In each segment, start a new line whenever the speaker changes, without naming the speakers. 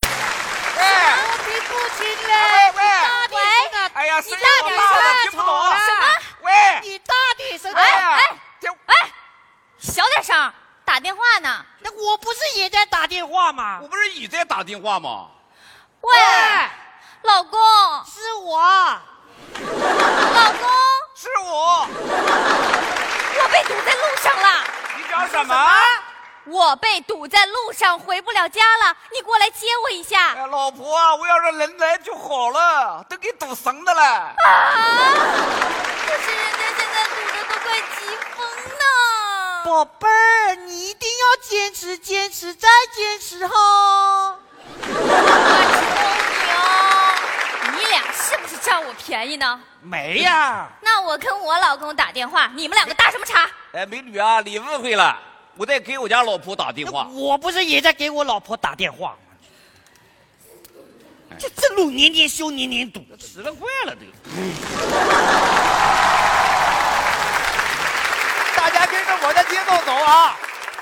啊
心
喂啊
嘞！
喂
你到底是个……
哎呀，
你
声音好大，我听
啊
到底是个
不懂。啊
什么？
喂，
你到底是个……
哎
哎
呀
哎，
这
哎，小点声，打电话呢。
那我不是也在打电话吗
我？不是你在打电话吗？
喂，老公，
是我，
老公，
是我，
我被堵在路上了，
你讲什么？
我被堵在路上，回不了家了，你过来接我一下。
哎，老婆啊，我要是能来就好了，都给堵神的了。
啊！可是人家现在堵得都快急疯呢。
宝贝儿，你一定要坚持，坚持，再坚持哦！
我求你哦，你俩是不是占我便宜呢？
没呀，
那我跟我老公打电话，你们两个搭什么茬？
哎，美女啊，你误会了，我在给我家老婆打电
那
话。
我不是也在给我老婆打电话吗？这这路年年修，年年堵。
哎迟了怪了都。
大家跟着我的节奏走啊！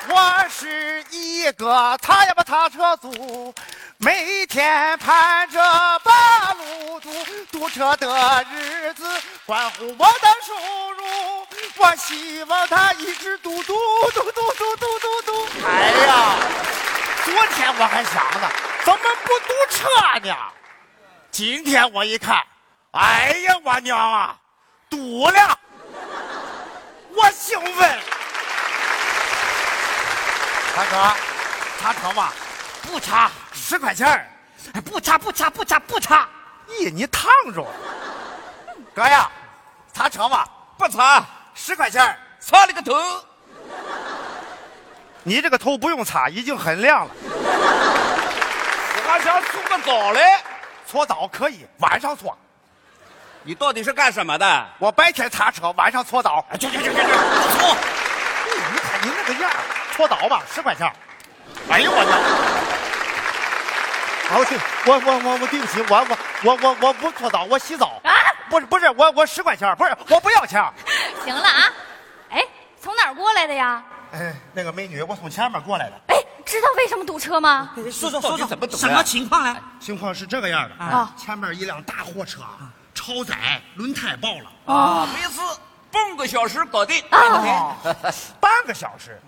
我是一个擦呀吧擦车族，每天盼着八路堵，堵车的日子关乎我的收入。我希望它一直堵堵堵堵堵堵堵堵。哎呀，昨天我还想呢，怎么不堵车呢？今天我一看，哎呀，我娘啊，堵了！我兴奋。大哥，查车吗？
不查，
十块钱儿
哎不查，不查，不查，不查。
咦，你烫着了。哥呀，查车吗？
不查，
十块钱儿
擦了个头。
你这个头不用擦，已经很亮了。
我还想洗个澡嘞。
搓澡可以，晚上搓。
你到底是干什么的？
我白天擦车，晚上搓澡。哎
去去去去去，不
咦你看您那个样儿，搓澡吧，十块钱儿。哎呦我的！好去，我我我我对不起，我我我我我不搓澡，我洗澡。
啊，
不是不是，我我十块钱儿，不是我不要钱儿。
行了啊，哎，从哪儿过来的呀？
哎，那个美女，我从前面过来的，
哎，知道为什么堵车吗？
说说
到
说
底
说，
怎么堵的
什么情况呢？
情况是这个样的
啊
前面一辆大货车超载，轮胎爆了，
啊，没事，半个小时搞定。
啊
半个小时，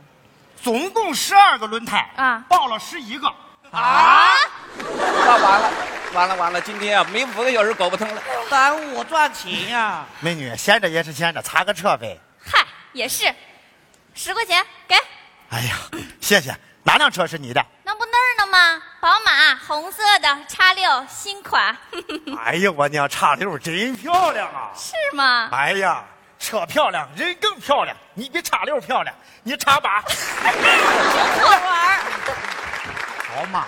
总共十二个轮胎
啊
爆了十一个，
啊！
那完了，完了完了，今天啊，没五个小时搞不通了。
哎耽误我赚钱呀！
美女闲着也是闲着，擦个车呗。
嗨，也是，十块钱给，
哎呀，谢谢，哪辆车是你的？
那不那儿呢吗？宝马红色的叉六新款， 嗯
哎呀，我娘，叉六真漂亮啊！
是吗？
哎呀，车漂亮，人更漂亮，你比叉六漂亮，你叉 八，
好玩儿，
好嘛，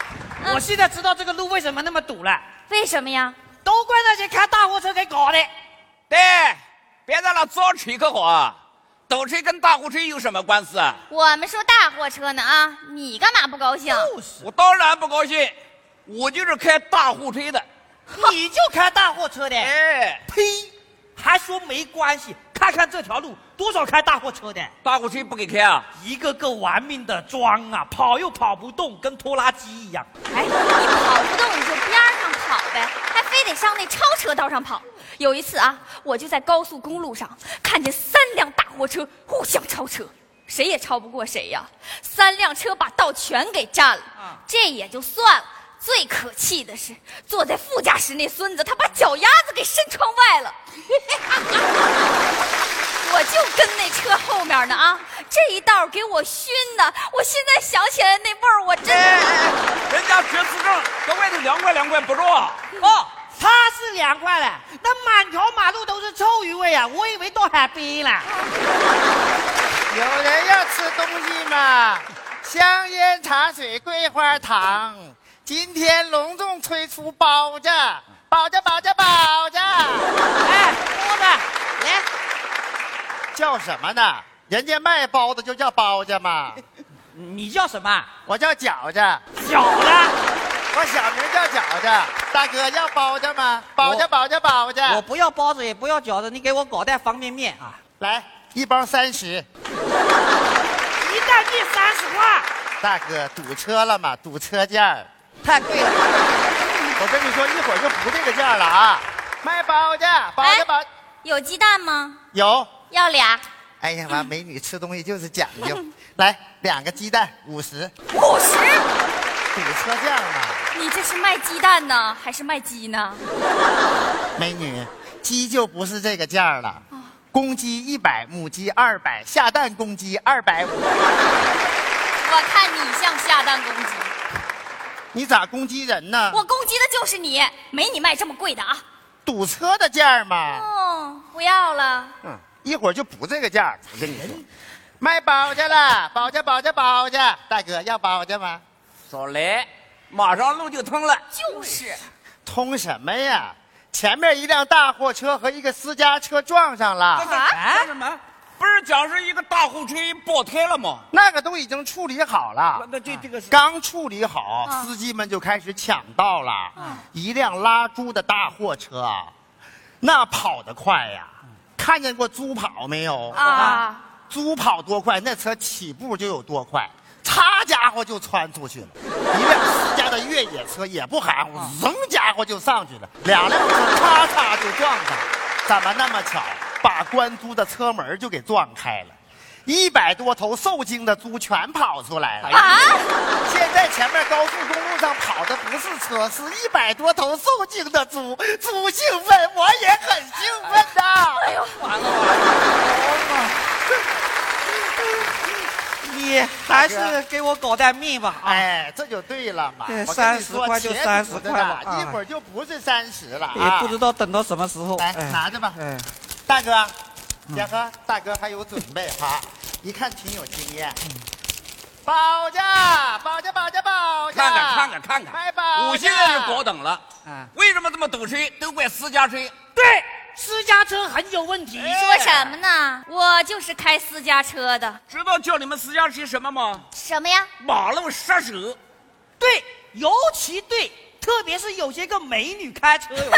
我现在知道这个路为什么那么堵了，
为什么呀？
都怪那些开大货车给搞的。
对，别在那造车可好啊，倒车跟大货车有什么关系啊？
我们说大货车呢啊，你干嘛不高兴？
是，
我当然不高兴，我就是开大货车的。
你就开大货车的，
哎，
呸！还说没关系，看看这条路多少开大货车的，
大货车不给开啊？
一个个玩命的装啊，跑又跑不动，跟拖拉机一样。
哎，你跑不动你就边儿上跑呗，还非得上那超车道上跑。有一次啊，我就在高速公路上看见三辆大货车互相超车，谁也超不过谁呀、三辆车把道全给占了，这也就算了。最可气的是，坐在副驾驶那孙子，他把脚丫子给伸窗外了。 我就跟那车后面呢啊，这一道给我熏的，我现在想起来那味儿，我真的。
哎哎哎，人家学自证，在外头凉快凉快不中啊。
哦，他是凉快了，那满条马路都是臭鱼味啊，我以为到海边了。
有人要吃东西吗？香烟、茶水、桂花糖。今天隆重推出 包子，包子，包子，包子，
哎，波子，来，
叫什么呢？人家卖包子就叫包子嘛，
你叫什么？
我叫饺子，
小 了，
我小名叫饺子。大哥要包子吗？包子，
我
包子，包子。
我不要包子，也不要饺子，你给我搞袋方便面啊！
来一包三十。
一袋面三十块，
大哥堵车了嘛，堵车价儿。
太贵了。
我跟你说，一会儿就不这个价了啊！卖包子，包子
哎
包
有鸡蛋吗？
有。
要俩。
哎呀妈，美女吃东西就是讲究。来，两个鸡蛋五十，
五十？
堵车价嘛。
你这是卖鸡蛋呢，还是卖鸡呢？
美女，鸡就不是这个价了。公鸡一百，母鸡二百，下蛋公鸡二百五。
我看你像下蛋公鸡，
你咋攻击人呢？
我攻击的就是你，没你卖这么贵的啊。
堵车的价嘛。
哦，不要了。
嗯，一会儿就不这个价。我跟你说，卖包子了，包子包子包子，大哥要包子吗？
说来，啊马上路就通了。
就是，
通什么呀？前面一辆大货车和一个私家车撞上了，
啊？干什么？不是讲是一个大货车爆胎了吗？
那个都已经处理好了。
那这这个是
刚处理好，司机们就开始抢道了。一辆拉猪的大货车啊，那跑得快呀！看见过猪跑没有？
啊，
猪跑多快，那车起步就有多快。他家伙就窜出去了，一辆私家的越野车也不含
啊
糊，噌、家伙就上去了，两辆车咔嚓就撞上了。怎么那么巧，把关猪的车门就给撞开了，一百多头受惊的猪全跑出来了。
啊，
现在前面高速公路上跑的不是车，是一百多头受惊的猪，猪兴奋，我也很兴奋呐、
哎呦，
完了完了！
你还是给我搞点命吧啊！
哎，这就对了嘛！
对
我跟
30
你说
块就
且
30
不知道
块
了
啊
一会儿就不是三十了
也
啊！
不知道等到什么时候。
来
哎
拿着吧
哎，
大哥，别喝，大哥还有准备哈，一看挺有经验。保家，保家，保家，保家！
看看看看看
卖
看，
保
五星
家
是高等了。
嗯
为什么这么堵车？都怪私家车。
对，私家车很有问题。
说什么呢？我就是开私家车的。
知道叫你们私家车什么吗？
什么呀？
马路杀手。
对，尤其对，特别是有些个美女开车哟。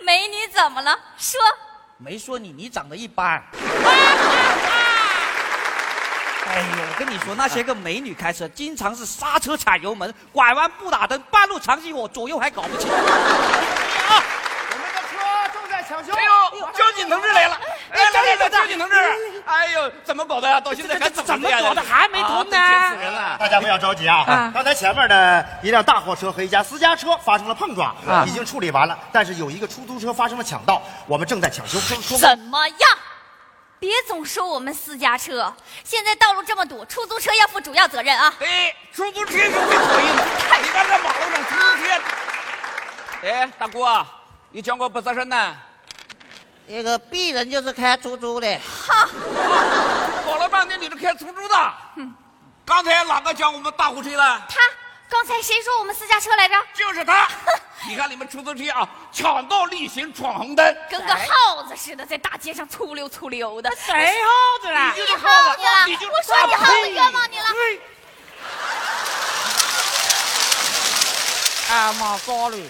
美女怎么了？说，
没说你，你长得一 般。哎呦，我跟你说，那些个美女开车，经常是刹车踩油门，拐弯不打灯，半路长熄火，左右还搞不清。
我们的车正在抢修。
哎呦，交警同志来了！哎，来来来，交警同志！哎呦，怎么搞的呀？到现在还
这怎么搞的还没通呢
啊都急死人了！
大家不要着急啊！刚才前面的一辆大货车和一家私家车发生了碰撞，已经处理完了。但是有一个出租车发生了抢道，我们正在抢修。
怎么样？别总说我们私家车，现在道路这么堵，出租车要负主要责任啊！
哎，出租车是最讨厌的。你看这马路上出租车。哎，大哥，你讲我不吱声呢？
那个鄙人就是开出租的，
搞了半天你是开出租的。刚才哪个讲我们大货车了？
他刚才谁说我们私家车来着？
就是他。 你看你们出租车啊，抢道逆行闯红灯。
跟个耗子似的，在大街上粗溜粗溜的。
谁耗子了？
你耗子啊了！
你就是
我说你耗子冤枉你了。
啊，往高里。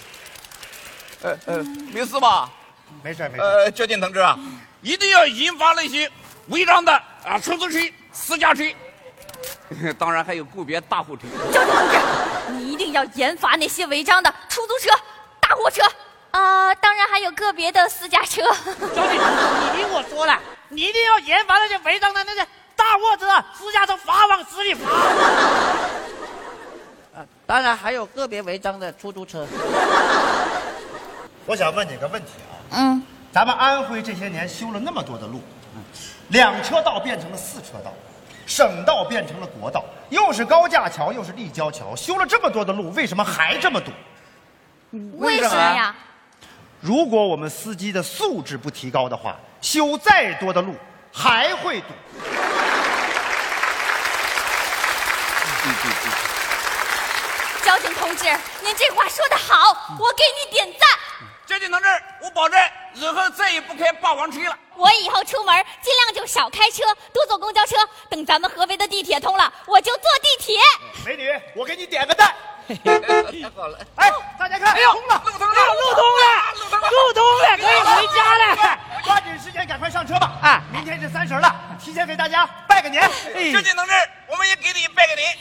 呃呃，没事吧？
没事没事。
呃，交警同志啊，一定要严罚那些违章的啊出租车、私家车， 当然还有个别大货车。
交警同志，你一定要严罚那些违章的出租车、大货车，啊、当然还有个别的私家车。
交警，你听我说了，你一定要严罚那些违章的那些大货车、私家车，罚往死里罚。
呃当然还有个别违章的出租车。
我想问你个问题啊，
嗯，
咱们安徽这些年修了那么多的路，
嗯
两车道变成了四车道，省道变成了国道，又是高架桥又是立交桥，修了这么多的路，为什么还这么堵？
为什么呀？
如果我们司机的素质不提高的话，修再多的路还会堵。
交警同志，您这话说得好，我给你点赞。
交警同志，我保证以后再也不开霸王车了。
我以后出门尽量就少开车，多坐公交车。等咱们合肥的地铁通了，我就坐地铁。
美女，我给你点个赞。
太好了，
哎，大家看，
哎呦，
通了，
路通了，
路通了，
路通了，
路通 了，可以回家了。
抓紧时间赶快上车吧。
啊
明天是三十了，提前给大家拜个年。
哎
交警同志，我们也给你拜个年。